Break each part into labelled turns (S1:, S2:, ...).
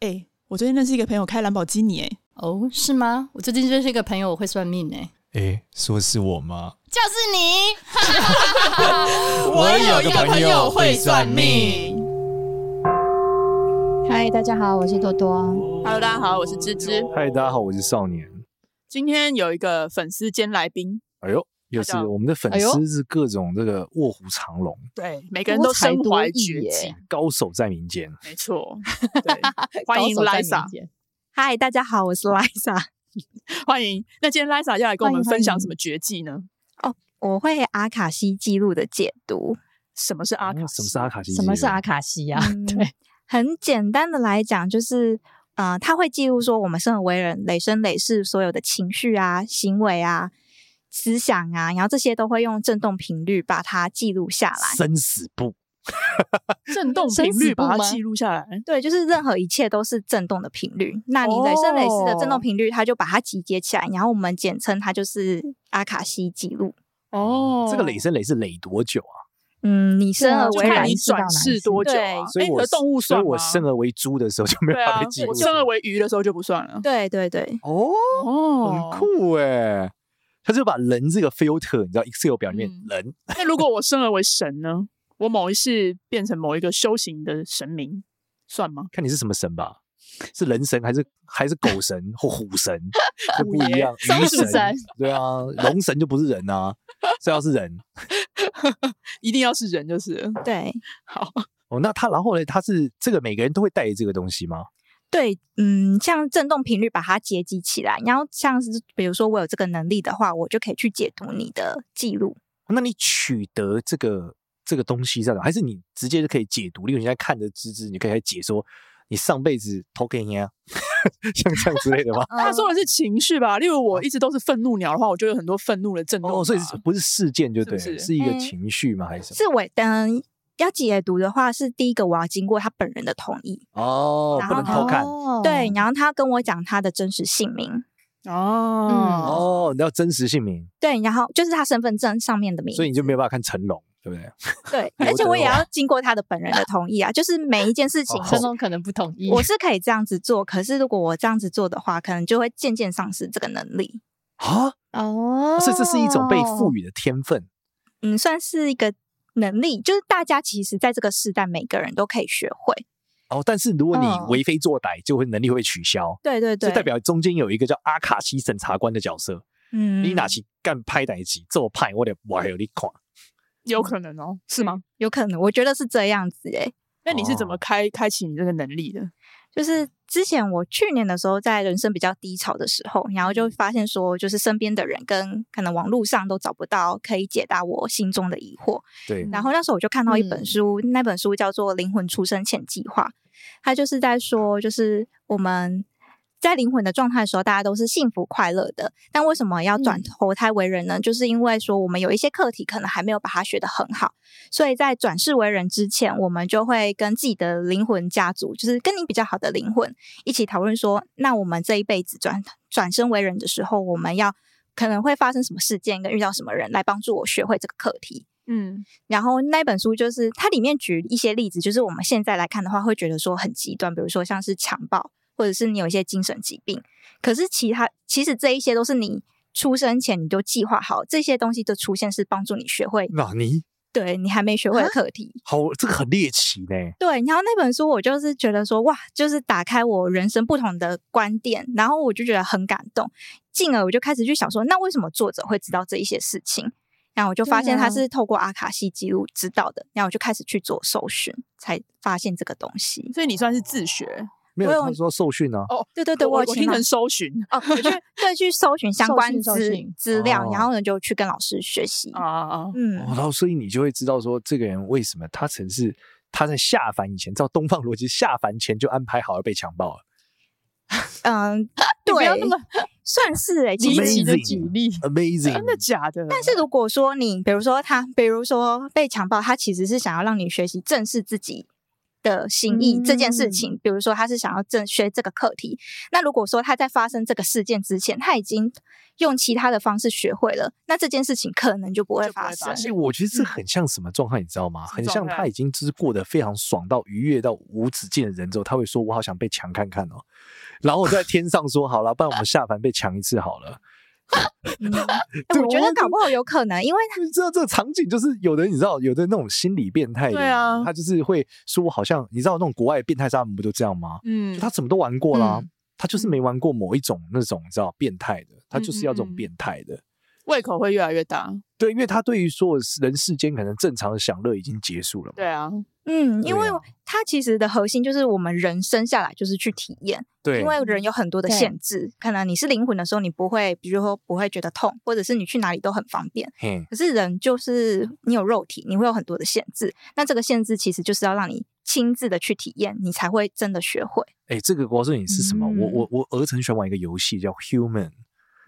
S1: 哎、我最近认识一个朋友开兰博基尼、哎，
S2: 哦，是吗？我最近认识一个朋友，我会算命哎、
S3: 诶，说是我吗？
S2: 就是你。
S3: 我有一个朋友会算命。
S4: 嗨，大家好，我是多多。
S1: Hello，大家好，我是芝芝。
S5: 嗨，大家好，我是少年。
S1: 今天有一个粉丝兼来宾，
S5: 哎呦，又是
S1: 大家好
S5: 我们的粉
S2: 哎呦
S5: 丝是各种这个卧虎藏龙，
S1: 对，每个人都身怀绝
S2: 多才多艺
S1: 技
S2: 耶，
S5: 高手在民间。
S1: 没 错。对，欢迎
S2: 高手在
S1: Lisa，
S2: 民间
S4: 嗨，大家好，我是 Lisa。
S1: 欢迎。那今天 Lisa 要来跟我们
S4: 欢迎
S1: 分享
S4: 欢迎
S1: 什么绝技呢？
S4: 我会阿卡西记录的解读，
S1: 什么是阿
S4: 哦
S1: 卡
S5: 啊
S1: 西？
S5: 什么是阿卡西？
S2: 什么是阿？卡西呀、
S4: 嗯
S2: 对，
S4: 很简单的来讲，就是呃，它会记录说我们生而为人累生累世所有的情绪啊、行为啊、思想啊，然后这些都会用振动频率把它记录下来。
S5: 生死簿。
S1: 震动
S2: 生
S1: 频
S2: 死
S1: 率
S2: 簿
S1: 把它
S2: 吗
S1: 记录下来？
S4: 对，就是任何一切都是振动的频率。那你累生累世的振动频率，它就把它集结起来，然后我们简称它就是阿卡西记录。
S1: 哦
S5: 这个累生累是累多久啊？
S4: 嗯，你生
S2: 对啊
S4: 而
S2: 就
S1: 就
S4: 为
S2: 看
S4: 人
S1: 看你
S2: 是到
S1: 转
S2: 哪
S1: 世
S2: 世
S1: 多久啊？
S5: 所
S1: 哎，
S5: 以
S1: 你
S5: 我
S1: 的动物
S5: 所
S1: 算
S5: 以我
S1: 吗
S5: 生而为猪的时候就没有
S1: 对
S5: 办
S1: 啊
S5: 法被记，录
S1: 我。生而为鱼的时候就不算了。
S4: 对对对，
S5: 哦，
S1: 哦
S5: 很酷哎。他就把人这个 filter，你知道 Excel 表里面
S2: 嗯
S5: 人
S1: 那如果我生而为神呢？我某一世变成某一个修行的神明，算吗？
S5: 看你是什么神吧，是人神还是还是狗神或虎 神，就不一样。
S2: 松
S5: 鱼
S2: 鼠神
S5: 神，对啊，龙神就不是人啊，这要是人
S1: 一定要是人就是了
S4: 对
S1: 好。
S5: 哦。那他然后呢？他是这个每个人都会带这个东西吗？
S4: 对，嗯，像振动频率把它结集起来，然后像是比如说我有这个能力的话，我就可以去解读你的记录。
S5: 那你取得这个这个东西在哪？还是你直接就可以解读？例如你现在看着芝芝，你就可以来解说你上辈子投给你啊， 像这样之类的吗？
S1: 他说的是情绪吧？例如我一直都是愤怒鸟的话，我就 有很多愤怒的震动吧。
S5: 哦，所以是不是事件就是
S1: 不
S5: 对
S1: 是
S5: 了，是一个
S4: 嗯
S5: 情绪吗？还是什
S4: 是我嗯要解读的话，是第一个我要经过他本人的同意，
S5: 么？哦，
S4: 然
S5: 不
S4: 后
S5: 能偷看。
S2: 哦
S4: 对，然后他跟我讲他的真实姓名，
S2: 嗯
S1: 哦，
S5: 哦，你要真实姓名，
S4: 对，然后就是他身份证上面的名字，
S5: 所以你就没有办法看成龙，对不对？
S4: 对，
S5: 有
S4: 而且
S5: 的
S4: 我也
S5: 哦
S4: 要经过他的本人的同意啊，就是每一件事情
S5: 哦
S2: 陈龙可能不同意。
S4: 我是可以这样子做，可是如果我这样子做的话，可能就会渐渐丧失这个能力。
S5: 啊，
S2: 哦
S5: 所以这是一种被赋予的天分
S4: 嗯，算是一个能力，就是大家其实在这个时代，每个人都可以学会。
S5: 哦。但是如果你
S2: 嗯
S5: 为非作歹，就会能力会被取消。
S4: 对对
S5: 这
S4: 对，
S5: 代表中间有一个叫阿卡西审查官的角色，
S4: 嗯，
S5: 你哪起干拍哪起做派，我得我还有你看。
S1: 有可能哦，是吗？
S4: 有可能，我觉得是这样子诶、
S1: 那你是怎么
S5: 嗯哦
S1: 开开启你这个能力的？
S4: 就是之前我去年的时候，在人生比较低潮的时候，然后
S2: 嗯
S4: 就发现说，就是身边的人跟可能网络上都找不到可以解答我心中的疑惑。
S5: 对，
S4: 然后那时候我就看到一本
S2: 嗯
S4: 书，那本书叫做《灵魂出生前计划》，它就是在说，就是我们在灵魂的状态的时候，大家都是幸福快乐的。但为什么要转
S2: 嗯
S4: 投胎为人呢？就是因为说我们有一些课题可能还没有把它学得很好，所以在转世为人之前，我们就会跟自己的灵魂家族，就是跟你比较好的灵魂一起讨论说，那我们这一辈子转转生为人的时候，我们要。可能会发生什么事件，跟遇到什么人来帮助我学会这个课题。
S1: 嗯，
S4: 然后那本书就是它里面举一些例子，就是我们现在来看的话，会觉得说很极端，比如说像是强暴，或者是你有一些精神疾病。可是其他其实这一些都是你出生前你就计划好，这些东西的出现是帮助你学会
S5: 那你
S4: 对你还没学会的课题。
S5: 好，这个很猎奇呢。
S4: 对，然后那本书我就是觉得说，哇，就是打开我人生不同的观点，然后我就觉得很感动，进而我就开始去想说，那为什么作者会知道这一些事情？然后我就发
S2: 对
S4: 现他
S2: 啊
S4: 是透过阿卡西记录知道的，然后我就开始去做搜寻，才发现这个东西。
S1: 所以你算是自学
S5: 没有
S4: 我有
S5: 他说受训呢，啊
S1: 哦？
S4: 对对对，
S1: 我
S4: 我
S1: 我
S4: 有请
S1: 听
S4: 老
S1: 成搜寻
S4: 哦， 我去对去搜寻相
S2: 搜
S4: 关
S2: 寻搜
S4: 资
S2: 寻
S4: 资料，然
S5: 哦
S4: 后呢就去跟老师学习。
S1: 啊啊，啊
S4: 嗯，
S5: 哦，然后所以你就会知道说这个人为什么他曾是他在下凡以前，照东方逻辑，下凡前就安排好要被强暴了。
S4: 嗯，对，
S2: 不要那么
S4: 算是哎、其
S2: 离
S4: 实
S2: 奇的
S5: Amazing
S2: 举例，
S5: Amazing，
S1: 真的假的？
S4: 但是如果说你，比如说他，比如说被强暴，他其实是想要让你学习正视自己的心意、这件事
S2: 嗯
S4: 情，比如说他是想要正学这个课题，那如果说他在发生这个事件之前，他已经用其他的方式学会了，那这件事情可能就不会
S1: 就不会
S4: 发
S1: 发
S4: 生。
S1: 生
S5: 所以我觉得这很像什么状态，你知道吗？
S1: 嗯什么
S5: 很像
S1: 状态
S5: 他已经就是过得非常爽到愉悦到无止境的人之后，他会说：“我好想被强看看哦。”然后我在天上说：“好了，不然我们下凡被强一次好了。
S4: 嗯
S5: 对
S4: 我觉得
S5: 我
S4: 搞不好有可能，因为”
S5: 你知道这个场景就是有的，你知道有的那种心理变态的人，
S1: 对啊
S5: 他就是会说：“我好像你知道那种国外的变态杀人不就这样吗？
S1: 嗯
S5: 就，他什么都玩过啦，
S4: 嗯
S5: 他就是没玩过某一种那种你知道变态的，他就是要这
S1: 嗯嗯嗯
S5: 种变态的。
S1: 胃口会越来越大。
S5: 对，因为他对于所有人世间可能正常的享乐已经结束了嘛。
S1: 对啊，
S4: 嗯，因为
S5: 对啊
S4: 它其实的核心就是我们人生下来就是去体验，
S5: 对，
S4: 因为人有很多的
S2: 对
S4: 限制。可能你是灵魂的时候，你不会，比如说不会觉得痛，或者是你去哪里都很方便。
S5: 嘿，
S4: 可是人就是你有肉体，你会有很多的限制。那这个限制其实就是要让你亲自的去体验，你才会真的学会。
S5: 哎，这个告诉你是什么？我
S2: 嗯
S5: 我我儿子很喜欢玩一个游戏叫 Human，、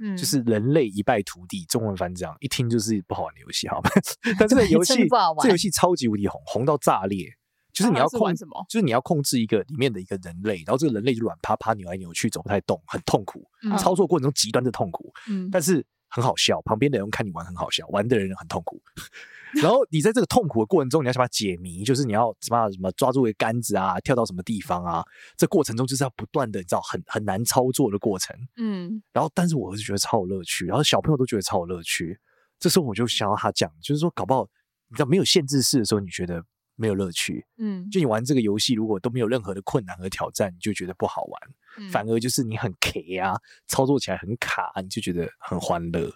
S1: 嗯，
S5: 就是人类一败涂地，中文翻这样，一听就是不好玩的游戏，好吧？ 但这个游戏
S2: 真的不好玩
S5: 这游戏超级无敌红，红到炸裂。就是你
S1: 啊
S5: 要
S1: 是
S5: 控
S1: 玩，什么
S5: 就是你要控制一个里面的一个人类，然后这个人类就软趴趴、扭来扭去，走不太动，很痛苦。
S1: 嗯
S5: 操作过程中极端的痛苦，
S1: 嗯
S5: 但是很好笑，旁边的人看你玩很好笑，玩的人很痛苦。 然后你在这个痛苦的过程中，你要想办法解谜，就是你要什么什么抓住一个杆子啊，跳到什么地方啊，这过程中就是要不断的，你知道很很难操作的过程。
S1: 嗯
S5: 然后，但是我是觉得超有乐趣，然后小朋友都觉得超有乐趣。这时候我就想要他讲，就是说搞不好你知道没有限制式的时候，你觉得没有乐趣，
S1: 嗯，
S5: 就你玩这个游戏如果都没有任何的困难和挑战，你就觉得不好玩。
S1: 嗯
S5: 反而就是你很 K 啊，操作起来很卡，你就觉得很欢乐。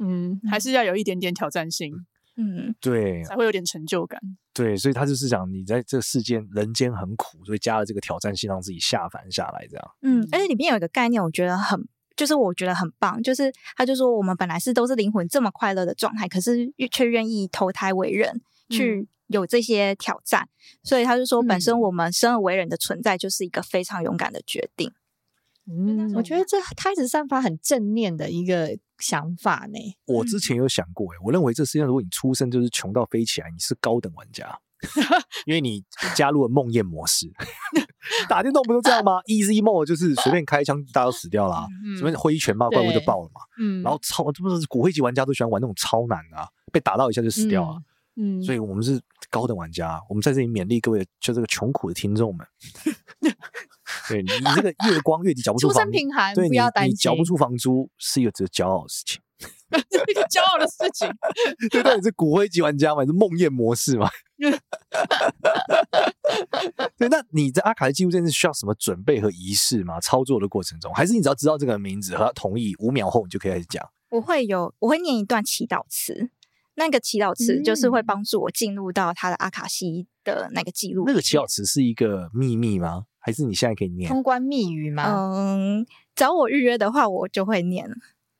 S1: 嗯还是要有一点点挑战性，
S4: 嗯，
S5: 对
S1: 才会有点成就感。
S5: 对，所以他就是讲你在这世间人间很苦，所以加了这个挑战性，让自己下凡下来这样。
S4: 嗯，而且里面有一个概念，我觉得很，就是我觉得很棒，就是他就说我们本来是都是灵魂这么快乐的状态，可是越却愿意投胎为人去有这些挑战，所以他就说，本身
S1: 嗯
S4: 我们生而为人的存在就是一个非常勇敢的决定。
S1: 嗯
S2: 我觉得这他一直散发很正念的一个想法呢。
S5: 我之
S1: 嗯
S5: 前有想过、欸，我认为这世界上如果你出生就是穷到飞起来，你是高等玩 家，因为你加入了梦魇模式。 打电动不都这样吗？Easy mode 就是随便开一枪，大家都死掉啦、
S1: 嗯
S5: 随便挥一拳嘛，怪物就
S2: 对
S5: 爆了嘛。
S1: 嗯
S5: 然后超，这不是骨灰级玩家都喜欢玩那种超难的、啊，被打到一下就死掉啊了、
S1: 嗯
S5: 所以我们是高等玩家，啊我们在这里勉励各位就这个穷苦的听众们， 对你这 个月光月底缴不出
S2: 出
S5: 房，
S2: 身贫寒，
S5: 对
S2: 不要
S5: 你
S2: 担
S5: 你
S2: 心。
S5: 缴不出房租是一个值得骄傲的事情。
S1: 一个骄傲的事情，
S5: 对，到底是骨灰级玩家嘛，还是梦魇模式嘛？ 对，那你在阿卡的记录这件事需要什么准备和仪式吗？操作的过程中，还是你只要知道这个名字和他同意，五秒后你就可以开始讲？
S4: 我会有，我会念一段祈祷词，那个祈祷词就是
S5: 嗯
S4: 会帮助我进入到他的阿卡西的那个记录。
S5: 那个
S2: 嗯
S5: 祈祷词是一个秘密吗？还是你现在可以念？
S2: 通关密语吗？
S4: 嗯，找我预约的话，我就会念。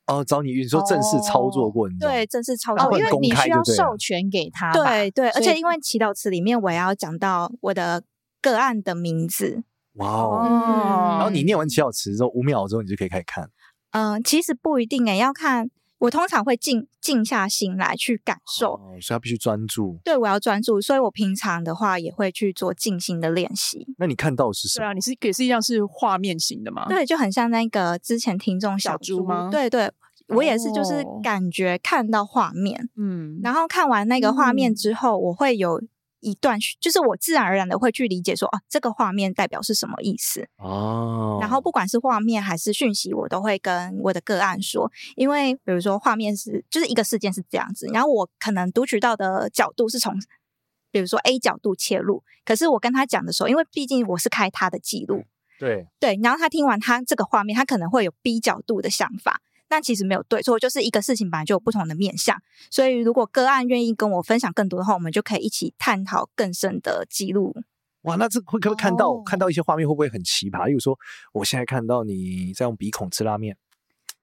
S5: 哦，找你你说正式操作过程中，
S4: 对，正式操
S5: 那
S4: 作
S5: 不
S2: 哦，
S5: 能
S2: 因为
S5: 公
S2: 你
S5: 开
S2: 需
S5: 就
S2: 要
S5: 对了
S2: 授权给他吧。
S4: 对对，而
S2: 所以
S4: 且因为祈祷词里面我也要讲到我的个案的名字。
S5: 哇哦！
S1: 哦
S2: 嗯
S5: 然后你念完祈祷词之后，五秒之后你就可以开始看。
S4: 嗯、其实不一定诶、欸要看我通常会静静下心来去感受。
S5: 哦，所以他必须专注。
S4: 对，我要专注，所以我平常的话也会去做静心的练习。
S5: 那你看到的是什
S1: 对
S5: 么？
S1: 啊，你是也是一样是画面型的嘛？，
S4: 对，就很像那个之前听众
S1: 小
S4: 小
S1: 猪
S4: 猪
S1: 吗
S4: 对对，我也是，就是
S1: 哦
S4: 感觉看到画面，
S1: 嗯，
S4: 然后看完那个画面
S1: 嗯
S4: 之后，我会有一段叙，就是我自然而然的会去理解说，哦、这个画面代表是什么意思。
S5: 哦，
S4: 然后不管是画面还是讯息，我都会跟我的个案说，因为比如说画面是就是一个事件是这样子，然后我可能读取到的角度是从。比如说 A 角度切入，可是我跟他讲的时候，因为毕竟我是开他的记录，
S5: 对，
S4: 对，然后他听完他这个画面，他可能会有 B 角度的想法，但其实没有对错，就是一个事情本来就有不同的面向。所以如果个案愿意跟我分享更多的话，我们就可以一起探讨更深的记录。
S5: 哇，那这会可不可以看到、
S2: 哦
S5: 看到一些画面，会不会很奇葩？例如说，我现在看到你在用鼻孔吃拉面，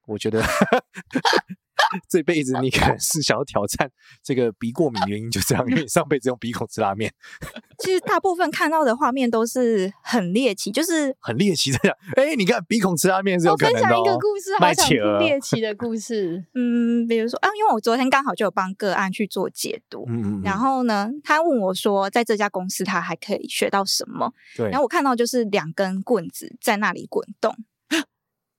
S5: 我觉得。 这辈子你可能是想要挑战这个鼻过敏，原因就这样，因为你上辈子用鼻孔吃拉面，
S4: 其实大部分看到的画面都是很猎奇，就是
S5: 很猎奇的讲，哎，你看鼻孔吃拉面是有
S3: 我
S5: 可
S3: 分
S5: 能的、
S3: 享
S5: 哦。
S3: 一个故事，好
S5: 麦
S3: 想
S5: 企
S3: 听
S5: 鹅
S3: 猎奇的故 事。
S4: 嗯，比如说啊，因为我昨天刚好就有帮个案去做解读，
S5: 嗯嗯，嗯
S4: 然后呢，他问我说，在这家公司他还可以学到什么？
S5: 对，
S4: 然后我看到就是两根棍子在那里滚动，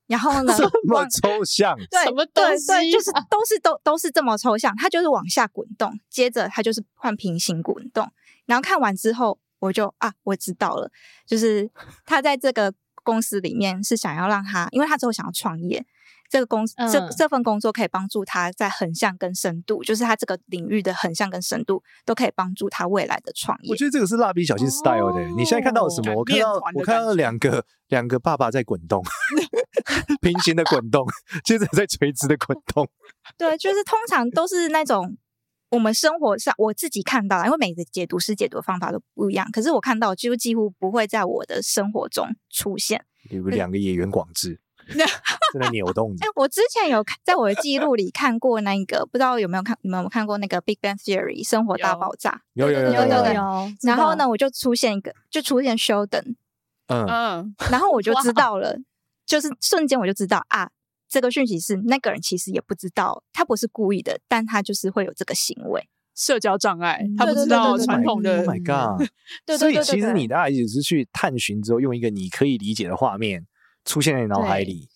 S4: 然后 呢，
S5: 这啊么
S4: 往
S5: 抽象，
S4: 对
S3: 什么东
S4: 对对，
S3: 西啊
S4: 就是都是都都是这么抽象，它就是往下滚动，接着它就是换平行滚动，然后看完之后我就啊，我知道了，就是他在这个公司里面是想要让他，因为他之后想要创业。这个公、这
S3: 嗯
S4: 这份工作可以帮助他在横向跟深度，就是他这个领域的横向跟深度都可以帮助他未来的创业
S5: 我。觉得这个是蜡笔小新 style 的、你现在看到了什么？
S1: 哦
S5: 我看到
S1: 面团的
S5: 我看
S1: 感
S5: 到
S1: 觉
S5: 两个两个爸爸在滚动， 平行的滚动，接着在垂直的滚动。
S4: 对，就是通常都是那种我们生活上我自己看到啦，因为每个解读师解读的方法都不一样，可是我看到就几乎不会在我的生活中出现。
S5: 你们两个野原广志正在扭动着
S4: 哎，，我之前有看，在我的记录里看过那个，不知道有没有看，你们有没有看过那个《Big Bang Theory》生活大
S1: 有
S4: 爆炸？
S5: 有有有
S4: 对对对
S2: 有。
S4: 然后呢，
S2: 知道？
S4: 我就出现一个，就出现 Sheldon，
S5: 嗯，
S1: 嗯，
S4: 然后 我就知道了，就是瞬间我就知道啊。这个讯息是那个人其实也不知道，他不是故意的，但他就是会有这个行为。
S1: 社交障碍
S2: 嗯，
S1: 他不
S4: 对
S1: 知
S4: 对对
S1: 道
S4: 对对
S1: 传统
S5: Oh
S1: 的
S5: my god！
S4: 对对
S5: 所以
S4: 对对
S5: 其实
S4: 对
S5: 你的爱只是去探寻之后，用一个你可以理解的画面出现在你脑海
S4: 对
S5: 里，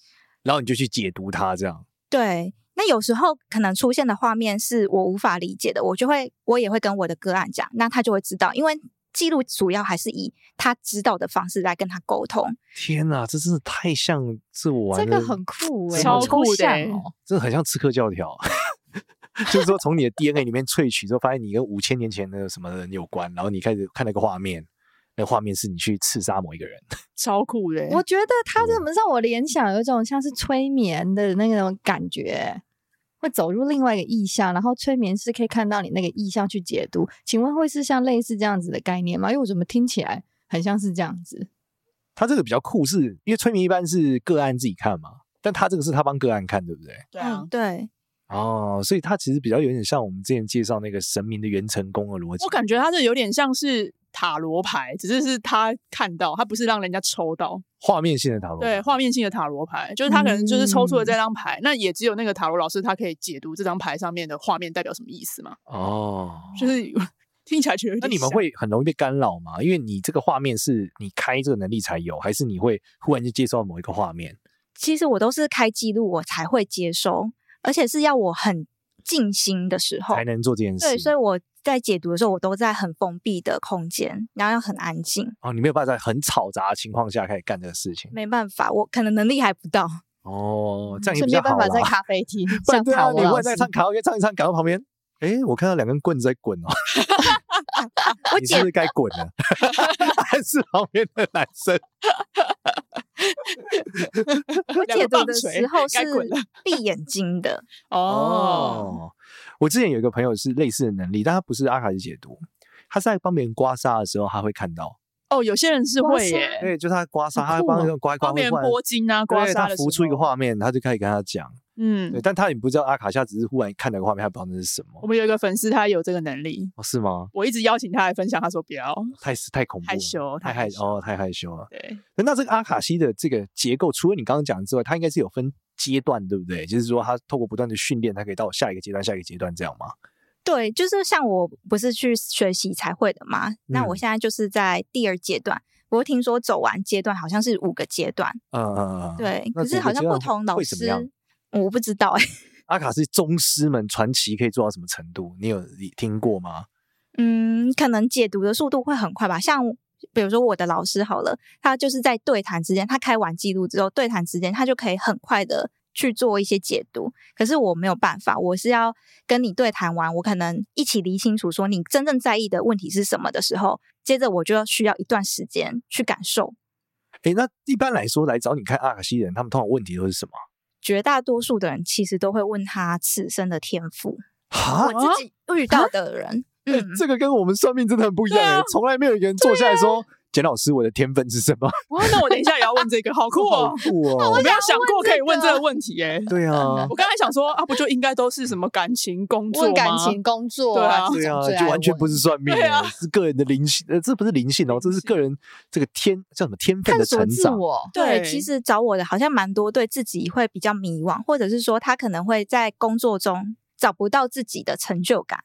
S5: 然后你就去解读它，这样。
S4: 对，那有时候可能出现的画面是我无法理解的，我就会我也会跟我的个案讲，那他就会知道，因为记录主要还是以他知道的方式来跟他沟通。
S5: 天哪，这真的太像自我玩
S3: 这
S5: 的
S3: 个很酷哎、好
S5: 超
S3: 抽
S1: 酷的
S3: 象
S1: 欸
S3: 哦。
S5: 这很像刺客教条，啊 就是说从你的 DNA 里面萃取之后，发现你跟五千年前的什么人有关，然后你开始看那个画面，那画面是你去刺杀某一个人，
S1: 超酷的欸，
S2: 我觉得它
S5: 对
S2: 怎么让我联想有一种像是催眠的那种感觉，会走入另外一个意象，然后催眠师可以看到你那个意象去解读。请问会是像类似这样子的概念吗？因为我怎么听起来很像是这样子？
S5: 他这个比较酷是，因为催眠一般是个案自己看嘛，但他这个是他帮个案看，对不对？
S1: 对啊
S4: 嗯，，对，
S5: 哦，所以他其实比较有点像我们之前介绍那个神明的元成功的逻辑。
S1: 我感觉他这有点像是塔罗牌，只是是他看到，他不是让人家抽到，
S5: 画面性的塔罗
S1: 对，
S5: 牌，
S1: 画面性的塔罗牌，就是他可能就是抽出了这
S2: 嗯
S1: 张牌，那也只有那个塔罗老师他可以解读这张牌上面的画面代表什么意思嘛，
S5: 哦，
S1: 就是 听起来觉得有
S5: 那
S1: 点
S5: 你们
S1: 像
S5: 会很容易被干扰吗？因为你这个画面是你开这个能力才有，还是你会忽然就介绍某一个画面？
S4: 其实我都是开记录我才会接收，而且是要我很静心的时候
S5: 才。能做这件事。
S4: 对，所以我在解读的时候，我都在很封闭的空间，然后要很安静，
S5: 哦，你没有办法在很嘈杂的情况下开始干这个事情。
S4: 没办法，我可能能力还不到。
S5: 哦，这样也
S2: 是
S5: 比
S2: 没
S5: 较
S2: 办
S5: 好
S2: 法
S5: 啦。
S2: 在咖啡厅
S5: 不
S2: 像
S5: 然对啊，
S2: 塔
S5: 你
S2: 罗
S5: 忽
S2: 老
S5: 然在
S2: 师。
S5: 唱卡拉 OK 唱一唱，赶到旁边，诶，我看到两根棍子在滚哦，
S4: 我
S5: 你是
S4: 解
S5: 不是该滚了？ 还是旁边的男生？
S4: 我
S1: 两个
S4: 解读
S1: 棒
S4: 的
S1: 槌
S4: 时候是
S1: 该滚了
S4: 闭眼睛的，
S1: 哦，，
S5: 我之前有一个朋友是类似的能力，但他不是阿卡西解读，他是在帮别人刮痧的时候，他会看到，
S1: 哦，有些人是
S2: 哇
S1: 会
S2: 塞
S1: 耶，
S5: 对，就他刮痧，
S2: 好
S5: 他
S2: 酷
S5: 帮
S2: 哦
S5: 人刮一刮，
S1: 帮别人
S5: 会忽然
S1: 拨筋啊，刮
S5: 对
S1: 痧
S5: 他
S1: 的时
S5: 浮出一个
S1: 候，
S5: 画面，他就开始跟他讲，对，
S1: 嗯，
S5: 但他也不知道阿卡夏只是忽然看了个画面，他不知道那是什
S1: 我
S5: 么，
S1: 们有一个粉丝他有这个能力，
S5: 哦，是吗？
S1: 我一直邀请他来分享，他说不要，
S5: 太太恐怖了，
S1: 害羞
S5: 太
S1: 太
S5: 害
S1: 害羞
S5: 哦，太害羞了。
S1: 对，
S5: 那那这个阿卡西的这个结构，除了你刚刚讲之外，它应该是有分阶段，对不对？就是说，它透过不断的训练，它可以到下一个阶段、下一个阶段这样吗？
S4: 对，就是像我不是去学习才会的嘛，那我
S5: 嗯
S4: 现在就是在第二阶段。我听说走完阶段好像是五个阶段，
S5: 嗯嗯嗯嗯。
S4: 对，
S5: 那
S4: 可是
S5: 五个
S4: 好
S5: 阶
S4: 像
S5: 段
S4: 不
S5: 会
S4: 同老
S5: 会怎么
S4: 师
S5: 样，
S4: 我不知道哎、
S5: 阿卡西宗师们传奇可以做到什么程度？你有你听过吗？
S4: 嗯，可能解读的速度会很快吧。像比如说我的老师好了，他就是在对谈之间，他开完记录之后，对谈之间他就可以很快的去做一些解读。可是我没有办法，我是要跟你对谈完，我可能一起理清楚说你真正在意的问题是什么的时候，接着我就要需要一段时间去感受。
S5: 诶，那一般来说来找你看阿卡西的人，他们通常问题都是什么？
S4: 绝大多数的人其实都会问他此生的天赋，
S5: 哈
S4: 我，自己遇到的人，
S5: 啊诶
S4: 嗯，
S5: 这个跟我们算命真的很不一样、欸
S1: 对
S5: 诶
S1: 啊
S4: 啊
S5: 从来没有一个人坐下来说，简老师我的天分是什么？
S1: 哇，那我等一下也要问这个，好酷
S5: 好
S1: 哦！
S5: 酷哦
S1: 我！没有想过可以问这个问题耶。
S5: 对啊，
S1: 我刚才想说啊，不就应该都是什么感情、工作
S2: 问
S1: 吗？
S2: 感情、工作
S4: 哦
S2: 啊，
S5: 对
S2: 这
S5: 啊
S2: 种最，爱
S5: 就完全
S2: 问
S5: 不是算命
S1: 对啊
S5: 欸，是个人的灵性，呃，这不是灵性哦，这是个人这个天叫什么天分
S2: 探
S5: 的
S2: 索
S5: 成
S2: 自
S5: 长。
S2: 我。
S1: 对
S4: 对，其实找我的好像蛮多，对自己会比较迷惘，或者是说他可能会在工作中找不到自己的成就感。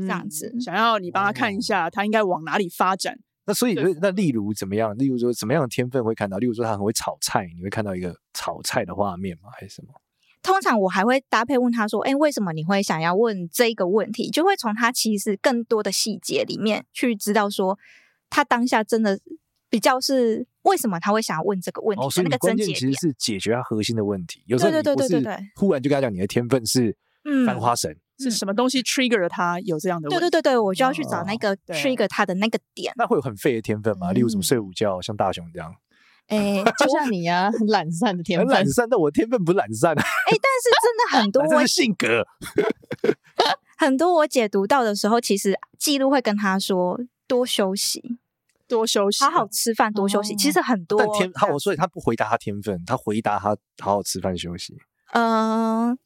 S1: 这
S4: 样子
S1: 想要你帮他看一下，他应该往哪里发展？
S5: 那所以呃
S1: 对
S5: 那例如怎么样？例如说什么样的天分会看到？例如说他很会炒菜，你会看到一个炒菜的画面吗？还是什么？
S4: 通常我还会搭配问他说：“哎，为什么你会想要问这一个问题？”就会从他其实更多的细节里面去知道说，他当下真的比较是为什么他会想要问这个问题
S5: 哦，
S4: 的
S5: 所以
S4: 那
S5: 你
S4: 个
S5: 关
S4: 症
S5: 键
S4: 结
S5: 其
S4: 点
S5: 实。是解决他核心的问题。有时候
S4: 对
S5: 你
S4: 对
S5: 不
S4: 对
S5: 是
S4: 对对
S5: 忽然就跟他讲你的天分是翻
S4: 嗯
S5: 花神，
S1: 是什么东西 trigger 了他有这样的问
S4: 对
S1: 题？
S4: 对对对，我就要去
S5: 嗯
S4: 找那个
S1: 对
S4: trigger 他的那个点。
S5: 那会有很废的天分吗？例如什
S4: 嗯
S5: 么睡午觉，像大雄这样，
S4: 哎，
S2: 就像你呀、啊，很懒散的天
S5: 很
S2: 分
S5: 懒，散。但我天分不懒散啊，
S4: 哎，但是真的很多
S5: 懒
S4: 我
S5: 散是性格。
S4: 很多我解读到的时候，其实记录会跟他说多休息，
S1: 多休息，
S4: 好好吃饭，多休息。
S2: 哦
S4: 其实很多
S5: 但天他
S4: 这样
S5: 我所以他不回答他天分，他回答他好好吃饭休息。
S4: 嗯、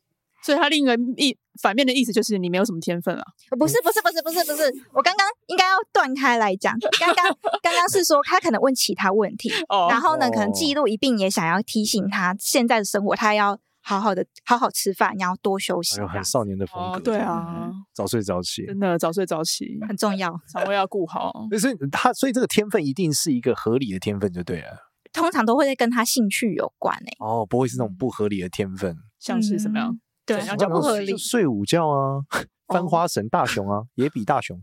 S1: 所以他另一个意反面的意思就是你没有什么天分啊。
S4: 不是不是不是不是不是，我刚刚应该要断开来讲，刚刚刚刚是说他可能问其他问题，
S1: 哦
S4: 然后呢，可能
S5: 哦
S4: 记录一并也想要提醒他现在的生活，他要好好的好好吃饭，然后多休息
S5: 哎呦，，
S4: 这
S5: 很
S4: 样
S5: 少年的风格。
S1: 对啊
S4: 嗯，
S5: 早睡早起。
S1: 真的早睡早 起，
S4: 很重要。
S1: 肠胃要顾好。
S5: 所以他，所以这个天分一定是一个合理的天分就对了。
S4: 通常都会跟他兴趣有关欸诶、
S5: 哦，不会是那种不合理的天分。
S1: 像是怎么样
S4: 嗯？对
S1: 怎，样
S5: 我
S1: 叫
S5: 刚
S1: 不
S5: 刚
S1: 合
S5: 就
S1: 理？
S5: 睡午觉啊，翻
S4: 哦
S5: 花神大雄啊，野比大 雄，